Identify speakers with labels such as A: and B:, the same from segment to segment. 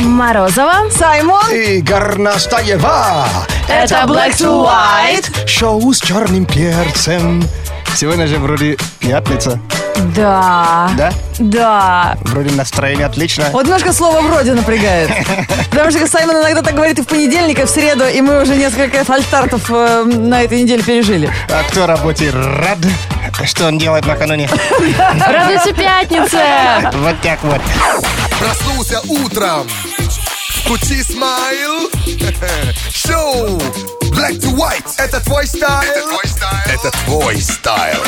A: Морозова.
B: Саймон.
C: И Горностаева.
A: Это Black to White.
C: Шоу с черным перцем. Сегодня же вроде пятница,
A: Да.
C: да?
A: Да.
C: Вроде настроение отлично.
B: Вот немножко слово «вроде» напрягает. Потому что Саймон иногда так говорит и в понедельник, и в среду, и мы уже несколько фальстартов э, на этой неделе пережили.
C: А кто работе рад, что он делает накануне?
A: Радуйся пятнице.
C: Вот так вот.
D: Проснулся утром. Включи смайл. Шоу Black to White. Это твой стайл. Это твой стайл. Это твой стайл.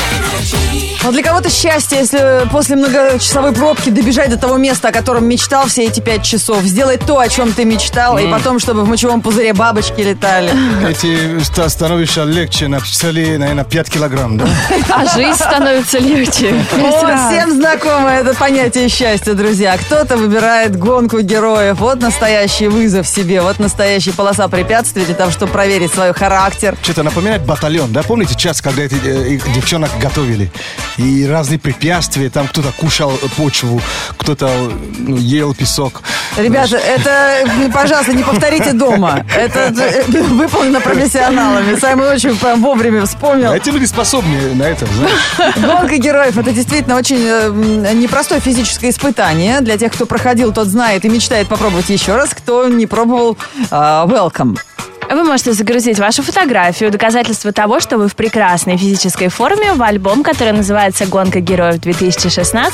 B: Но для кого-то счастье, если после многочасовой пробки добежать до того места, о котором мечтал все эти пять часов, сделать то, о чем ты мечтал, и потом, чтобы в мочевом пузыре бабочки летали.
C: Эти ста- становишься легче на цели, наверное, 5 килограмм, да?
A: А жизнь становится легче.
B: Вот всем знакомо это понятие счастья, друзья. Кто-то выбирает гонку героев. Вот настоящий вызов себе, вот настоящая полоса препятствий для того, чтобы проверить свой характер.
C: Что-то напоминает батальон, да? Помните час, когда эти э, их девчонок готовили? И разные препятствия, там кто-то кушал э, почву, кто-то э, ну, ел песок.
B: Ребята, это, ну, пожалуйста, не повторите дома. Это э, выполнено профессионалами. Саймон очень прям вовремя вспомнил.
C: А Эти люди способны на это, знаешь?
B: Гонка героев это действительно очень э, м, непростое физическое испытание. Для тех, кто проходил, тот знает и мечтает попробовать еще раз. Кто не пробовал, э, welcome.
A: Вы можете загрузить вашу фотографию, доказательство того, что вы в прекрасной физической форме, в альбом, который называется «Гонка героев-2016»,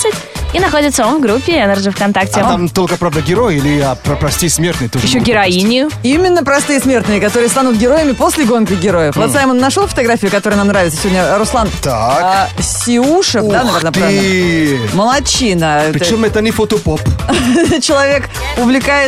A: и находится он в группе Energy ВКонтакте.
C: А там только, правда, герой или, а, про- прости, смертный тоже?
A: Еще
C: могут
A: героини.
B: Именно простые смертные, которые станут героями после гонки героев. Вот Саймон нашел фотографию, которая нам нравится сегодня. Руслан
C: Так.
B: а, Сиушев,
C: попасть.
B: да,
C: Ух
B: наверное, правильно?
C: ты!
B: Молодчина. Это
C: Причем это не фотопоп.
B: Человек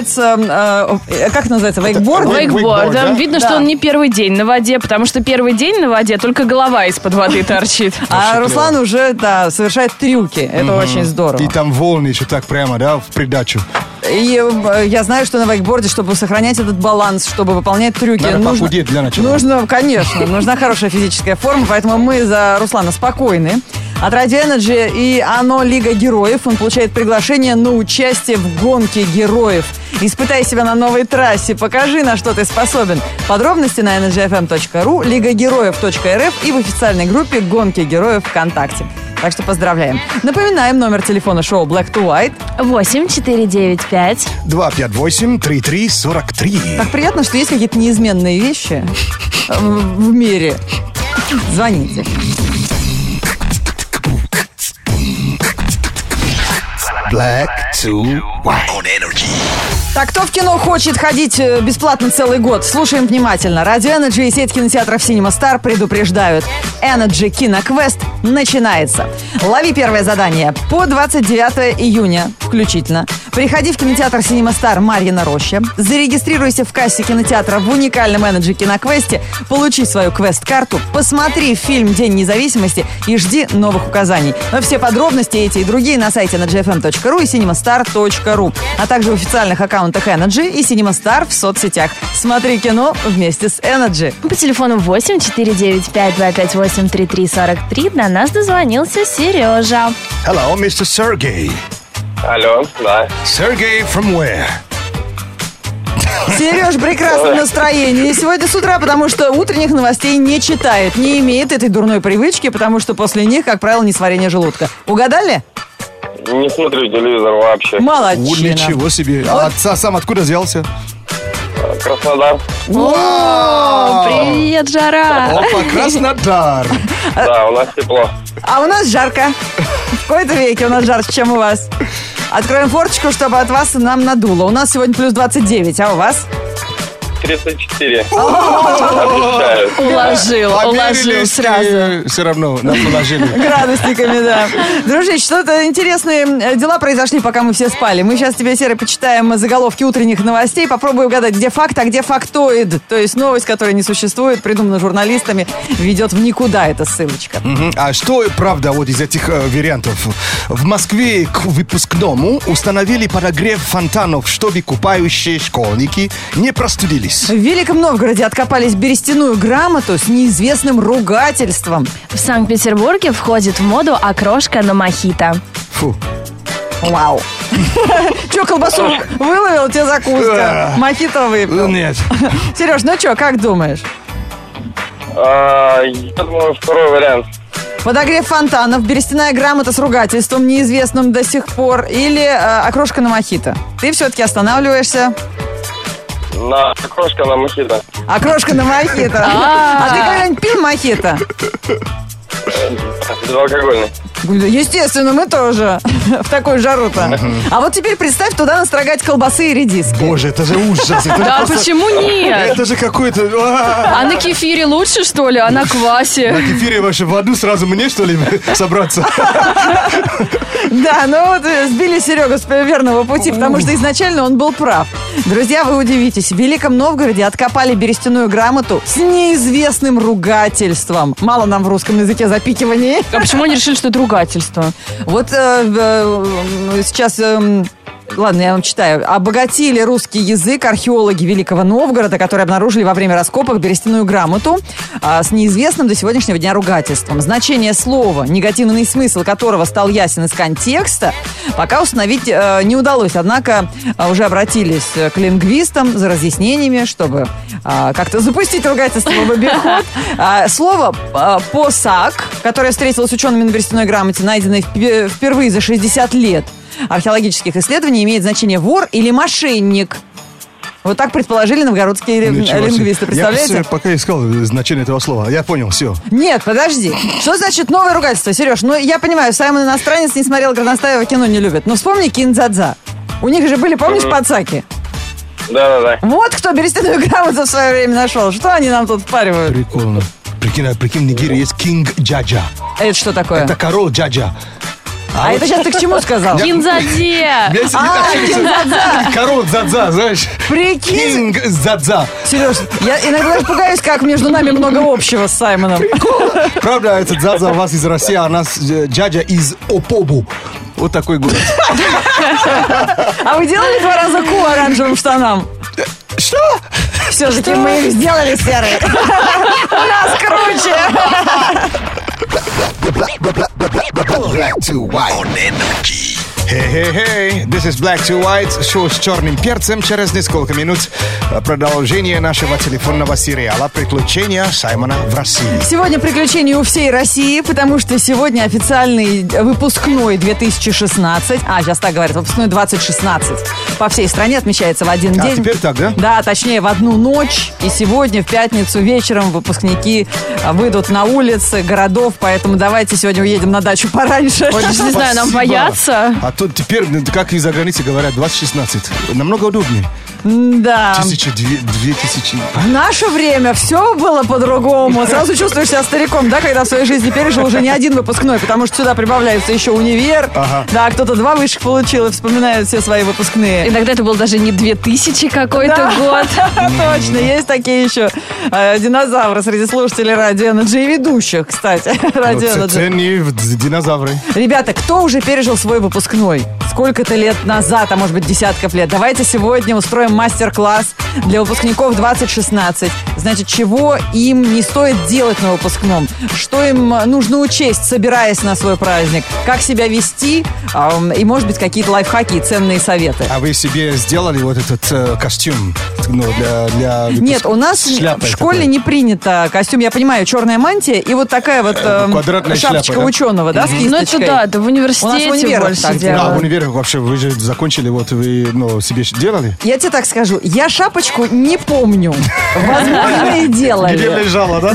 B: увлекается, э, как называется, вейкбордом.
C: вейк-
A: Вейкбордом.
C: Вейкборд, да?
A: Видно,
B: Да.
A: что он не первый день на воде, потому что первый день на воде только голова из-под воды торчит.
B: А Руслан уже, да, совершает трюки. Это очень здорово.
C: И там волны еще так прямо, да, в придачу.
B: И э, я знаю, что на вейкборде, чтобы сохранять этот баланс, чтобы выполнять трюки,
C: Надо
B: нужно,
C: похудеть для начала.
B: нужно, конечно, нужна хорошая физическая форма, поэтому мы за Руслана спокойны. От Radio Energy и оно Лига Героев. Он получает приглашение на участие в гонке героев. Испытай себя на новой трассе, покажи, на что ты способен. Подробности на energyfm.ru, лигагероев.рф и в официальной группе «Гонки героев ВКонтакте». Так что поздравляем. Напоминаем номер телефона шоу Black to White.
A: 8 4 9 5
C: 258-3343.
B: Так приятно, что есть какие-то неизменные вещи э, в мире. Звоните.
D: Black to White. On energy.
B: Так, кто в кино хочет ходить э, бесплатно целый год? Слушаем внимательно. Радио Energy и сеть кинотеатров Cinema Star предупреждают. Energy Киноквест начинается. Лови первое задание по 29 июня включительно. Приходи в кинотеатр Cinema Star Марьина Роща. Зарегистрируйся в кассе кинотеатра в уникальном Energy Киноквесте. Получи свою квест-карту. Посмотри фильм «День независимости» и жди новых указаний. Но все подробности эти и другие на сайте energyfm.ru и cinemastar.ru, а также в официальных аккаунтах Energy и CinemaStar в соцсетях. Смотри кино вместе с Energy.
A: По телефону 8 4 9 5 2 5 8 3 3 43 до нас дозвонился Сережа.
C: Hello, Mr. Sergey.
E: Алло, да.
C: Sergey from where?
B: Сереж в прекрасном настроении сегодня с утра, потому что утренних новостей не читает, не имеет этой дурной привычки, потому что после них, как правило, не сварение желудка. Угадали?
E: Не смотрю телевизор вообще.
C: О,
B: Молодчина.
C: ничего себе. А отца сам откуда взялся?
E: Краснодар.
B: А.
A: О, привет, жара!
C: Опа, Краснодар.
E: Да, у нас тепло.
B: А у нас жарко. В кои-то веке у нас жарче, чем у вас. Откроем форточку, чтобы от вас нам надуло. У нас сегодня плюс 29, а у вас?
E: 34. Обещаю.
A: Уложил, уложил
C: Померились
A: сразу.
C: и Все равно нам положили.
B: Градусниками, да. Дружище, что-то интересные э, дела произошли, пока мы все спали. Мы сейчас тебе, Серый, почитаем заголовки утренних новостей. Попробую угадать, где факт, а где фактоид. То есть новость, которая не существует, придумана журналистами, ведет в никуда эта ссылочка.
C: Мгм. А что правда вот из этих э, вариантов? В Москве к выпускному установили подогрев фонтанов, чтобы купающие школьники не простудились.
B: В Великом Новгороде откопались берестяную грамоту с неизвестным ругательством.
A: В Санкт-Петербурге входит в моду окрошка на мохито.
C: Фу.
B: Вау. Че, колбасу выловил, тебе закуска.
C: Э.
B: Мохито выпил.
C: Нет.
B: Сереж, ну что, как думаешь?
E: А, я думаю, второй вариант.
B: Подогрев фонтанов, берестяная грамота с ругательством, неизвестным до сих пор, или э, окрошка на мохито? Ты все-таки останавливаешься.
E: На окрошка на мохито.
B: Окрошка на мохито. А ты когда-нибудь пил мохито?
E: Безалкогольный.
B: Говорю, Естественно, мы тоже. В такую жару-то. А вот теперь представь туда настрогать колбасы и редиски.
C: Боже, это же ужас. Это,
F: Да
C: просто-
F: почему нет?
C: это же какой-то... А,
F: А на кефире лучше, что ли? А на
C: На
F: квасе?
C: кефире вообще в аду сразу мне, что ли, собраться?
B: Да, ну вот э, сбили Серегу с верного пути, потому что изначально он был прав. Друзья, вы удивитесь, в Великом Новгороде откопали берестяную грамоту с неизвестным ругательством. Мало нам в русском языке запикиваний.
F: А почему они решили, что это ругательство?
B: Вот э, в- э, сейчас... эм, Ладно, я вам читаю. Обогатили русский язык археологи Великого Новгорода, которые обнаружили во время раскопок берестяную грамоту а, с неизвестным до сегодняшнего дня ругательством. Значение слова, негативный смысл которого стал ясен из контекста, пока установить э, не удалось. Однако а, уже обратились э, к лингвистам за разъяснениями, чтобы а, как-то запустить ругательство в обиход. А, Слово а, «посак», которое встретилось с учеными на берестяной грамоте, найденное впе- впервые за 60 лет археологических исследований, имеет значение «вор» или «мошенник». Вот так предположили новгородские лин-
C: Ничего себе.
B: лингвисты,
C: Я
B: представляете?
C: просто пока искал э, значение этого слова. Я понял, все.
B: Нет, подожди. Что значит новое ругательство, Сереж? Ну, я понимаю, Саймон иностранец не смотрел Горностаева, кино не любит. Но вспомни киндзадза. У них же были, помнишь, пацаки?
E: Да-да-да.
B: Вот кто берестяную грамоту в свое время нашел. Что они нам тут впаривают?
C: Прикольно. Прикинь, а прикинь, в Нигерии есть Кинг Джаджа.
B: Это что такое?
C: Это король Джаджа.
B: А это сейчас ты к чему сказал?
F: Кинзаде!
C: Я сидит
B: А,
C: общается. Король Дзадза, знаешь?
B: Прикинь,
C: Кинг Дзадза.
B: Сереж, я иногда даже пугаюсь, как между нами много общего с Саймоном.
C: Правда, этот Дзадза у вас из России, а у нас э, Джаджа из Опобу. Вот такой город.
B: А вы делали два раза ку оранжевым штанам?
C: Что?
B: Все-таки мы их сделали серые. У нас круче.
D: Black to white.
C: Хей-хей-хей, this is Black to White, шоу с черным перцем. Через несколько минут э, продолжение нашего телефонного сериала «Приключения Саймона в России».
B: Сегодня приключения у всей России, потому что сегодня официальный выпускной 2016, а сейчас так говорят, выпускной 2016, по всей стране отмечается в один
C: А
B: день.
C: теперь так, да?
B: Да, точнее, в одну ночь. И сегодня, в пятницу вечером, выпускники а, выйдут на улицы городов, поэтому давайте сегодня уедем на дачу пораньше.
F: Ой, даже не знаю, нам
C: Спасибо.
F: бояться?
C: А тут теперь, ну, как и за границей говорят, 2016. Намного удобнее.
B: Да.
C: Тысяча, две, две тысячи.
B: В наше время все было по-другому. Сразу чувствуешь себя стариком, да, когда в своей жизни пережил уже не один выпускной, потому что сюда прибавляется еще универ.
C: Ага.
B: Да, кто-то два высших получил и вспоминает все свои выпускные.
F: Иногда это был даже не 2000 какой-то год.
B: Точно, есть такие еще э, динозавры среди слушателей Радио Energy и ведущих, кстати, Радио
C: Вот,
B: Energy.
C: Ценни, в- д- динозавры.
B: Ребята, кто уже пережил свой выпускной? Сколько-то лет назад, а может быть десятков лет. Давайте сегодня устроим мастер-класс для выпускников 2016. Значит, чего им не стоит делать на выпускном? Что им э, нужно учесть, собираясь на свой праздник? Как себя вести? Ам, И, может быть, какие-то лайфхаки и ценные советы.
C: А вы себе сделали вот этот э, костюм ну, для, для выпуска?
B: Нет, у нас
C: С шляпой
B: в школе
C: такой.
B: не принято костюм. Я понимаю, черная мантия и вот такая вот эм,
C: Э, квадратная шляпа, да?
B: шапочка ученого, да, с
F: Ну это
B: кисточкой.
F: да, это в
B: У нас в
F: университете
B: универах
F: больше
C: Да, А, в
B: так
F: делают.
C: универе вообще вы же закончили, вот вы ну, себе щ- делали?
B: Я тебе так скажу, я шапочку не помню. Возможно, и делали.
C: лежала, да?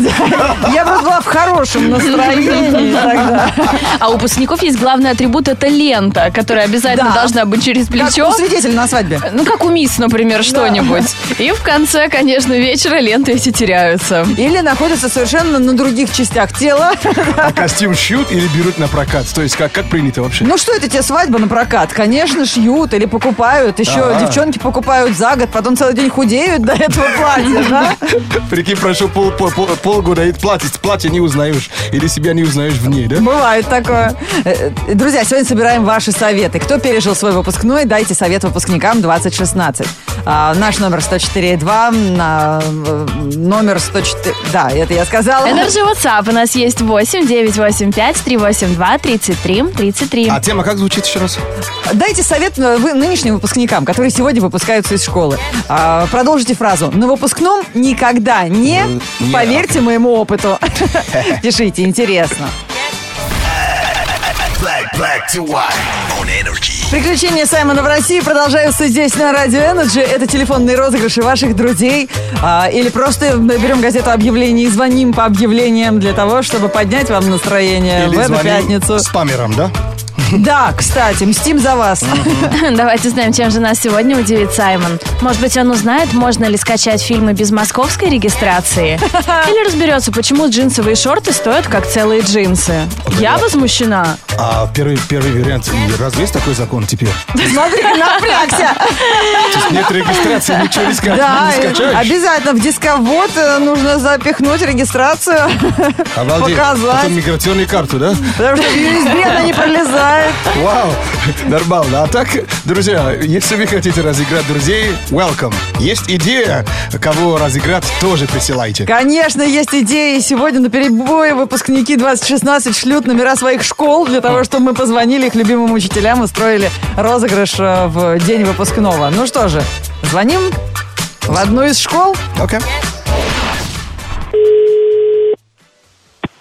B: Я просто была в хорошем настроении тогда.
F: А у выпускников есть главный атрибут – это лента, которая обязательно
B: Да.
F: должна быть через
B: Как
F: плечо.
B: у свидетеля на свадьбе.
F: Ну, как у мисс, например, что-нибудь. И в конце, конечно, вечера ленты эти теряются.
B: Или находятся совершенно на других частях тела.
C: А костюм шьют или берут на прокат? То есть как, как принято вообще?
B: Ну что это тебе свадьба на прокат? Конечно, шьют или покупают. Еще
C: Ага.
B: девчонки покупают за год, потом целый день худеют до этого платья, да?
C: Прикинь, прошу пол, пол- пол- полгода и платье, платье не узнаешь. Или себя не узнаешь в ней, да?
B: Бывает такое. Э, э, Друзья, сегодня собираем ваши советы. Кто пережил свой выпускной, дайте совет выпускникам 2016. А, наш номер 104.2, на, э, номер 104... Да, это я сказала.
A: Energy WhatsApp у нас есть 8 985 382 33 33.
C: А тема как звучит еще раз?
B: Дайте совет э, вы, нынешним выпускникам, которые сегодня выпускаются из школы. А, продолжите фразу. На выпускном никогда не...
C: не.
B: Поверьте моему опыту. Пишите, интересно.
D: Black, black to white on energy.
B: Приключения Саймона в России продолжаются здесь на Радио Энерджи. Это телефонные розыгрыши ваших друзей. А, или просто берем газету объявлений и звоним по объявлениям для того, чтобы поднять вам настроение в эту
C: звоним
B: Э, пятницу.
C: спамером, да?
B: Да, кстати, мстим за вас.
A: Давайте узнаем, чем же нас сегодня удивит Саймон. Может быть, он узнает, можно ли скачать фильмы без московской регистрации? Или разберется, почему джинсовые шорты стоят как целые джинсы? Я возмущена.
C: А первый, первый вариант, и разве есть такой закон теперь?
B: Смотри, напрягся.
C: То есть нет регистрации, ничего не, ска-
B: Да,
C: не скачаешь?
B: обязательно в дисковод э, нужно запихнуть регистрацию,
C: Обалдеть. Потом
B: показать,
C: миграционную карту, да?
B: потому что в USB она не пролезает.
C: Вау, нормально. А так, друзья, если вы хотите разыграть друзей, welcome. Есть идея, кого разыграть, тоже присылайте.
B: Конечно, есть идеи. Сегодня на перебой выпускники 2016 шлют номера своих школ для того, чтобы мы позвонили их любимым учителям, устроили розыгрыш э, в день выпускного. Ну что же, звоним в одну из школ.
C: Окей.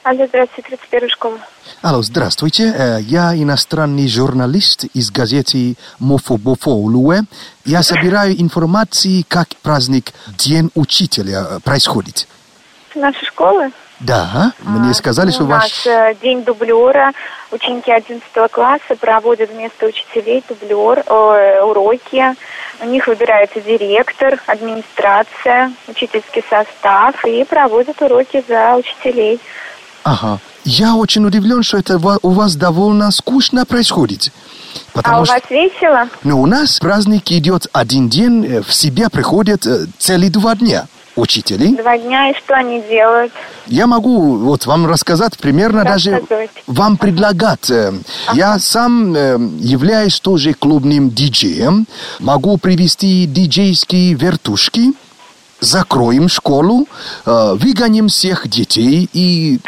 G: Алло, здравствуйте, 31 школа.
H: Алло, здравствуйте. Э, Я иностранный журналист из газеты Мофобофоулуэ. Я собираю информации, как праздник День Учителя э, происходит.
G: Наши школы? А,
H: Да, мне сказали, что
G: У нас
H: ваш...
G: э, день дублера. Ученики 11 класса проводят вместо учителей дублер, э, уроки. У них выбирается директор, администрация, учительский состав и проводят уроки за учителей.
H: Ага. Я очень удивлен, что это ва- у вас довольно скучно происходит.
G: а
H: Потому
G: у
H: что...
G: вас весело?
H: Но у нас праздник идет один день, э, в себя приходят э, целые два дня. Учители.
G: Два дня, и что они делают?
H: Я могу вот вам рассказать примерно даже
G: Рассказывайте.
H: вам предлагать. Э, Я сам э, являюсь тоже клубным диджеем. Могу привести диджейские вертушки. Закроем школу, э, выгоним всех детей и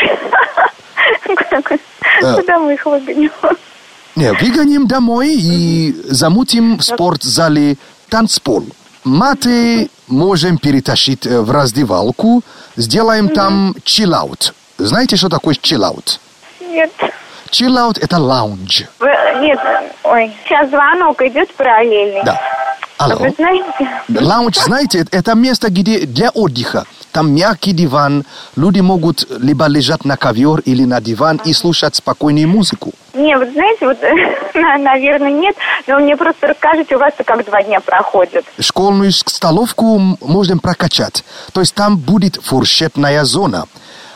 G: Куда мы их выгоним?
H: не, выгоним домой и замутим в спортзале танцпол. Маты можем перетащить э, в раздевалку, сделаем там чиллаут. Знаете, что такое чиллаут?
G: Нет.
H: Чиллаут это лаунж.
G: Вы- Нет. Ой, сейчас звонок идет параллельный. А
H: Да.
G: Вы
H: Алло.
G: знаете,
H: Лаунж, знаете, это место, где для отдыха. Там мягкий диван. Люди могут либо лежать на ковер или на диван и слушать спокойную музыку.
G: Не, вот знаете, вот, на- наверное, нет, но мне просто расскажите, у вас-то как два дня проходят.
H: Школьную с- столовку м- можем прокачать. То есть там будет фуршетная зона.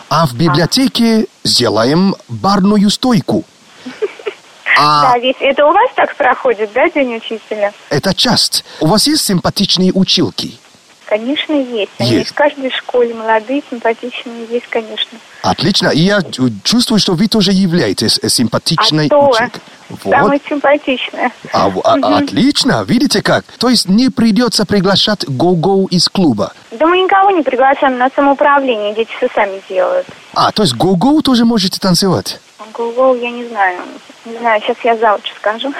H: А в библиотеке сделаем барную стойку. А
G: Да, весь, это у вас так проходит, да, День учителя?
H: это часть. У вас есть симпатичные училки?
G: Конечно, есть. Они
H: Есть.
G: в каждой школе молодые, симпатичные, есть, конечно.
H: Отлично. И я чу- чувствую, что вы тоже являетесь э, симпатичной
G: А то,
H: училкой. Вот.
G: Самые симпатичные.
H: А, в- а- Отлично, видите как? То есть не придется приглашать го-го из клуба.
G: Да мы никого не приглашаем на самоуправление, дети все сами делают.
H: А, то есть го-го тоже можете танцевать?
G: Google, я не знаю. Не знаю, сейчас я завтра скажу.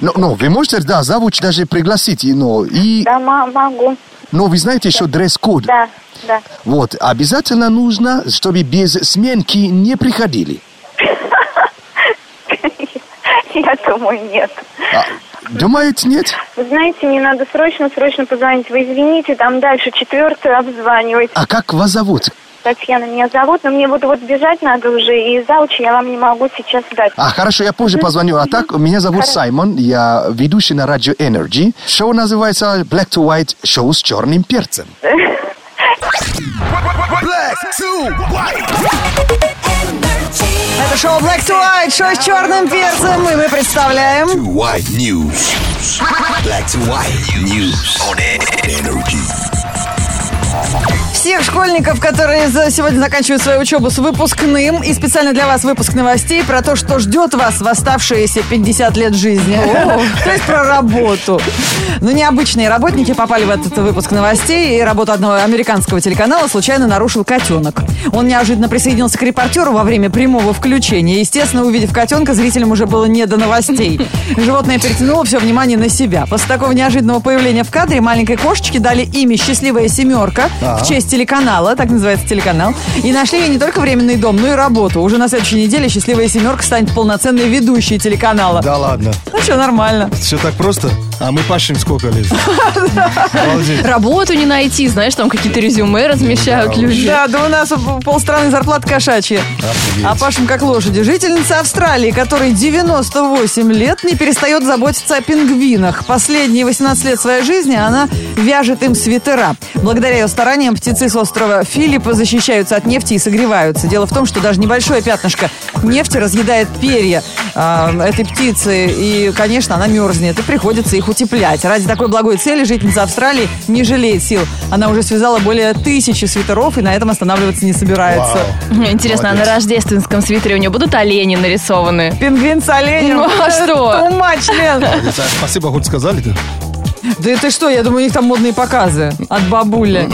H: Но, но вы можете, да, завуч даже пригласить, и- но, и,
G: Да, ма- могу.
H: но вы знаете еще дресс-код.
G: Да, да.
H: Вот, обязательно нужно, чтобы без сменки не приходили.
G: Я думаю, нет.
H: А, думаете, нет?
G: Вы знаете, мне надо срочно-срочно позвонить. Вы извините, там дальше четвертую обзванивать.
H: А как вас зовут?
G: Татьяна меня зовут, но мне вот вот бежать надо уже, и зауч я вам не могу сейчас дать.
H: А, хорошо, я позже позвоню. А так, меня зовут Саймон, я ведущий на радио Energy. Шоу называется Black to White, шоу с черным перцем.
D: Black to white.
B: Это шоу Black to White, шоу с черным перцем, и мы представляем...
D: White news. Black to white news on energy.
B: Всех школьников, которые за- сегодня заканчивают свою учебу с выпускным. И специально для вас выпуск новостей про то, что ждет вас в оставшиеся 50 лет жизни. То есть про работу. Но необычные работники попали в этот выпуск новостей. И работу одного американского телеканала случайно нарушил котенок. Он неожиданно присоединился к репортеру во время прямого включения. Естественно, увидев котенка, зрителям уже было не до новостей. Животное перетянуло все внимание на себя. После такого неожиданного появления в кадре маленькой кошечке дали имя «Счастливая семерка» в честь телеканала, так называется телеканал, и нашли ей не только временный дом, но и работу. Уже на следующей неделе «Счастливая семерка» станет полноценной ведущей телеканала.
C: Да ладно.
B: Ну что, нормально.
C: Все так просто? А мы пашем сколько лет? Обалдеть.
F: Работу не найти, знаешь, там какие-то резюме размещают люди.
B: Да, да у нас у полстраны зарплата кошачья.
C: Офигеть.
B: А пашем как лошади. Жительница Австралии, которой 98 лет, не перестает заботиться о пингвинах. Последние 18 лет своей жизни она вяжет им свитера. Благодаря ее стараниям птицы с острова Филиппа защищаются от нефти и согреваются. Дело в том, что даже небольшое пятнышко нефти разъедает перья э, этой птицы. И, конечно, она мерзнет. И приходится их утеплять. Ради такой благой цели жительница Австралии не жалеет сил. Она уже связала более тысячи свитеров и на этом останавливаться не собирается.
C: Вау.
F: Интересно, а на рождественском свитере у нее будут олени нарисованы?
B: Пингвин с оленем.
F: Ну, а что?
B: Too much, Лен.
C: Это Спасибо, хоть сказали-то.
B: Да ты что, я думаю, у них там модные показы от бабули.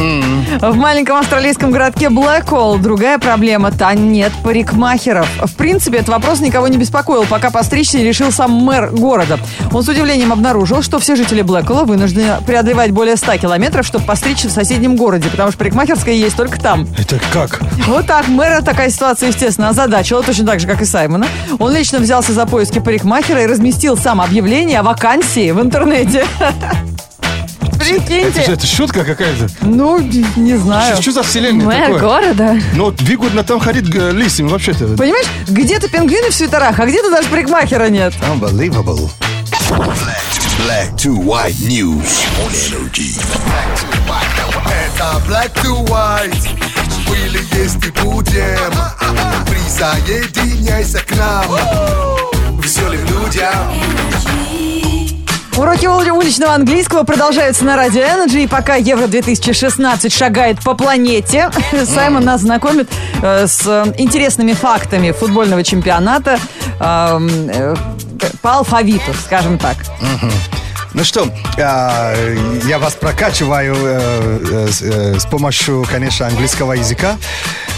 B: В маленьком австралийском городке Блэкхолл другая проблема. Там нет парикмахеров. В принципе, этот вопрос никого не беспокоил, пока постричься не решил сам мэр города. Он с удивлением обнаружил, что все жители Блэкхолла вынуждены преодолевать более 100 километров, чтобы постричься в соседнем городе, потому что парикмахерская есть только там.
C: Это как?
B: Вот так, мэра такая ситуация, естественно, озадачила, точно так же, как и Саймона. Он лично взялся за поиски парикмахера и разместил сам объявление о вакансии в интернете.
C: Это, же-
B: Прикиньте.
C: это шутка какая-то.
B: Ну, не знаю.
C: Что, что за вселенная
F: Мэр
C: такое?
F: города.
C: Ну, вот выгодно там ходить э, лисим вообще-то.
B: Понимаешь, где-то пингвины в свитерах, а где-то даже парикмахера нет.
C: Unbelievable.
D: Black to white news on energy. Это black to white. Были, есть и будем. Присоединяйся к нам. Веселым людям.
B: Уроки ули- уличного английского продолжаются на радио Energy, и пока Евро-2016 шагает по планете, Саймон нас знакомит э, с э, интересными фактами футбольного чемпионата эм, э, по алфавиту, скажем так.
C: Ну что, э, я вас прокачиваю э, э, с- э, с помощью, конечно, английского языка.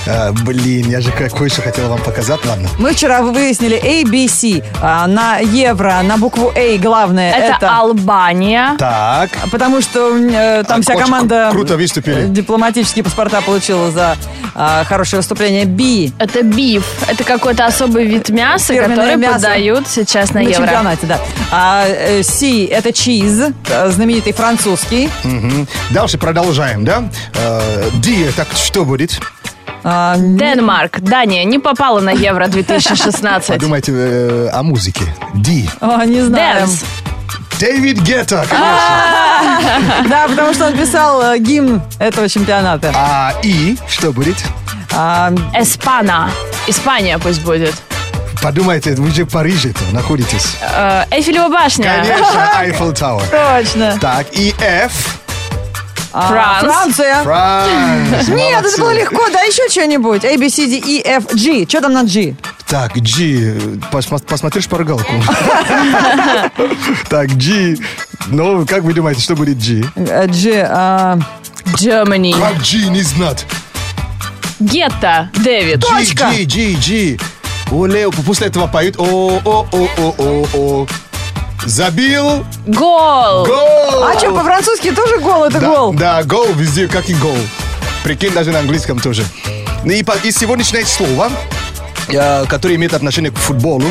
C: Э, Блин, я же ко- кое-что хотел вам показать, ладно.
B: Мы вчера выяснили ABC а, на евро, на букву A главное это...
F: Это, Албания.
C: Так,
B: Потому что э, там
C: А,
B: вся
C: очень
B: команда
C: кру- круто выступили.
B: э, дипломатические паспорта получила за а, хорошее выступление B
F: Это биф. Это какой-то особый вид мяса,
B: Фирменное
F: который
B: мясо.
F: подают сейчас на,
B: на
F: евро.
B: чемпионате, да. А э, C это чиз, э, знаменитый французский.
C: мгм. дальше продолжаем, да? Э, Ди, так что будет?
B: А, н-
F: Денмарк, Дания, не попала на Евро 2016.
C: Подумайте э, о музыке. Ди.
B: а, не знаю.
F: Дэнс.
C: Дэвид Гетта, конечно.
B: Да, потому что он писал э, гимн этого чемпионата.
C: А И, что будет?
B: А,
F: Эспана. Испания пусть будет.
C: Подумайте, вы же в Париже-то находитесь.
F: Э, Эйфелева башня.
C: Конечно, Eiffel Tower.
B: точно.
C: Так, и F.
B: А,
F: Франц.
B: Франция.
C: Франс.
B: Нет, это
C: Молодцы.
B: было легко. Да еще что-нибудь. A, B, C, D, E, F, G. Что там на G?
C: Так, G, посма- посмотри шпаргалку. Так, G, ну, как вы думаете, что будет G?
B: Э, G. а,
F: Germany.
C: Как G не знать?
F: Гетто. Дэвид.
C: G, G, G, G. Оле, после этого поют о о о о о о Забил
F: Гол.
C: гол!
B: А что, по-французски тоже гол это
C: Э, Да,
B: гол?
C: Да, гол везде, как и гол. Прикинь, даже на английском тоже. Ну И, по- и сегодняшнее слово, э, которое имеет отношение к футболу,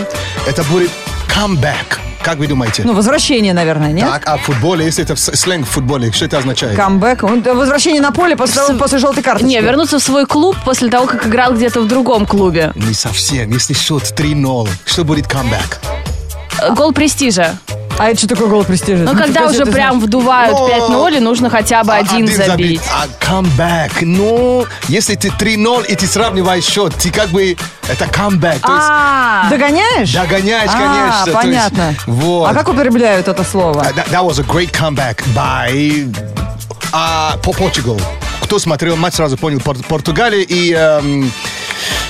C: это будет comeback. Как вы думаете?
B: Ну, возвращение, наверное, нет?
C: Так, а в футболе, если это в с- сленг в футболе, что это означает?
B: Камбэк. Он- да, Возвращение на поле после, того- после желтой карточки.
F: Не, вернуться в свой клуб после того, как играл где-то в другом клубе.
C: Не совсем. Если счет 3-0, что будет камбэк?
F: Э, Гол престижа.
B: А это что такое гол престижа?
F: Ну, когда
B: Как
F: уже
B: это
F: прям
B: значит?
F: вдувают
C: Ну,
F: 5-0, и нужно хотя бы
C: А,
F: один забить.
C: А камбэк, ну, если ты 3-0 и ты сравниваешь счет, ты как бы, это камбэк. То есть
F: А,
B: Догоняешь?
C: догоняешь,
B: А,
C: конечно. то есть-
B: понятно.
C: вот. А
B: А как
C: э,
B: употребляют это слово?
C: Uh, that, that was a great comeback by uh, Po- Portugal. Кто смотрел матч, сразу понял Пор- Португалия и... эм,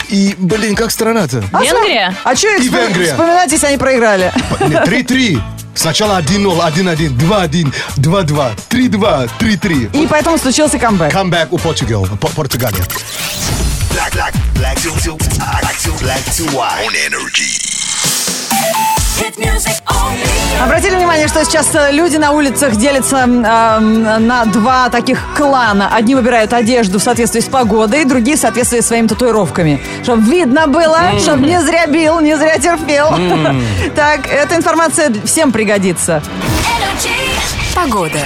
C: и, блин, как страна-то?
B: А что-
A: Венгрия?
B: А что
C: И Венгрия.
B: вспоминать, если они проиграли?
C: Не, 3-3. Сначала 1-0, 1-1, 2-1, 2-2, 3-2, 3-3.
B: И поэтому случился камбэк.
C: Comeback у Португал, По- Португалии.
I: Black, black, black to, to, black to, black to white. On energy.
B: Обратили внимание, что сейчас э, люди на улицах делятся м, э, м, на два таких клана. Одни выбирают одежду в соответствии с погодой, другие в соответствии с своими татуировками. Чтобы видно было, чтобы не зря бил, не зря терпел. Так, эта информация всем пригодится.
J: Погода.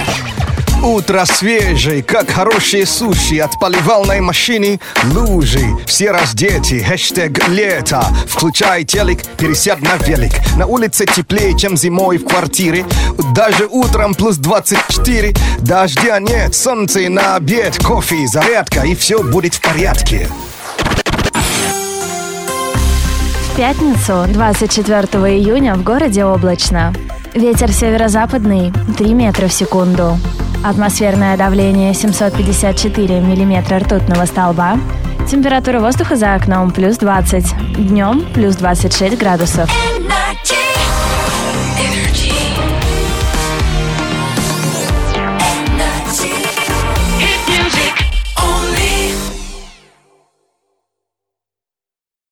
C: Утро свежее, как хорошие суши От поливалной машины лужи Все раздеты, хэштег лето Включай телек, пересядь на велик На улице теплее, чем зимой в квартире Даже утром плюс 24 Дождя нет, солнце на обед Кофе, зарядка и все будет в порядке
A: В пятницу, 24 июня, в городе облачно. Ветер северо-западный 3 метра в секунду. Атмосферное давление 754 миллиметра ртутного столба. Температура воздуха за окном плюс 20. Днем плюс 26 градусов.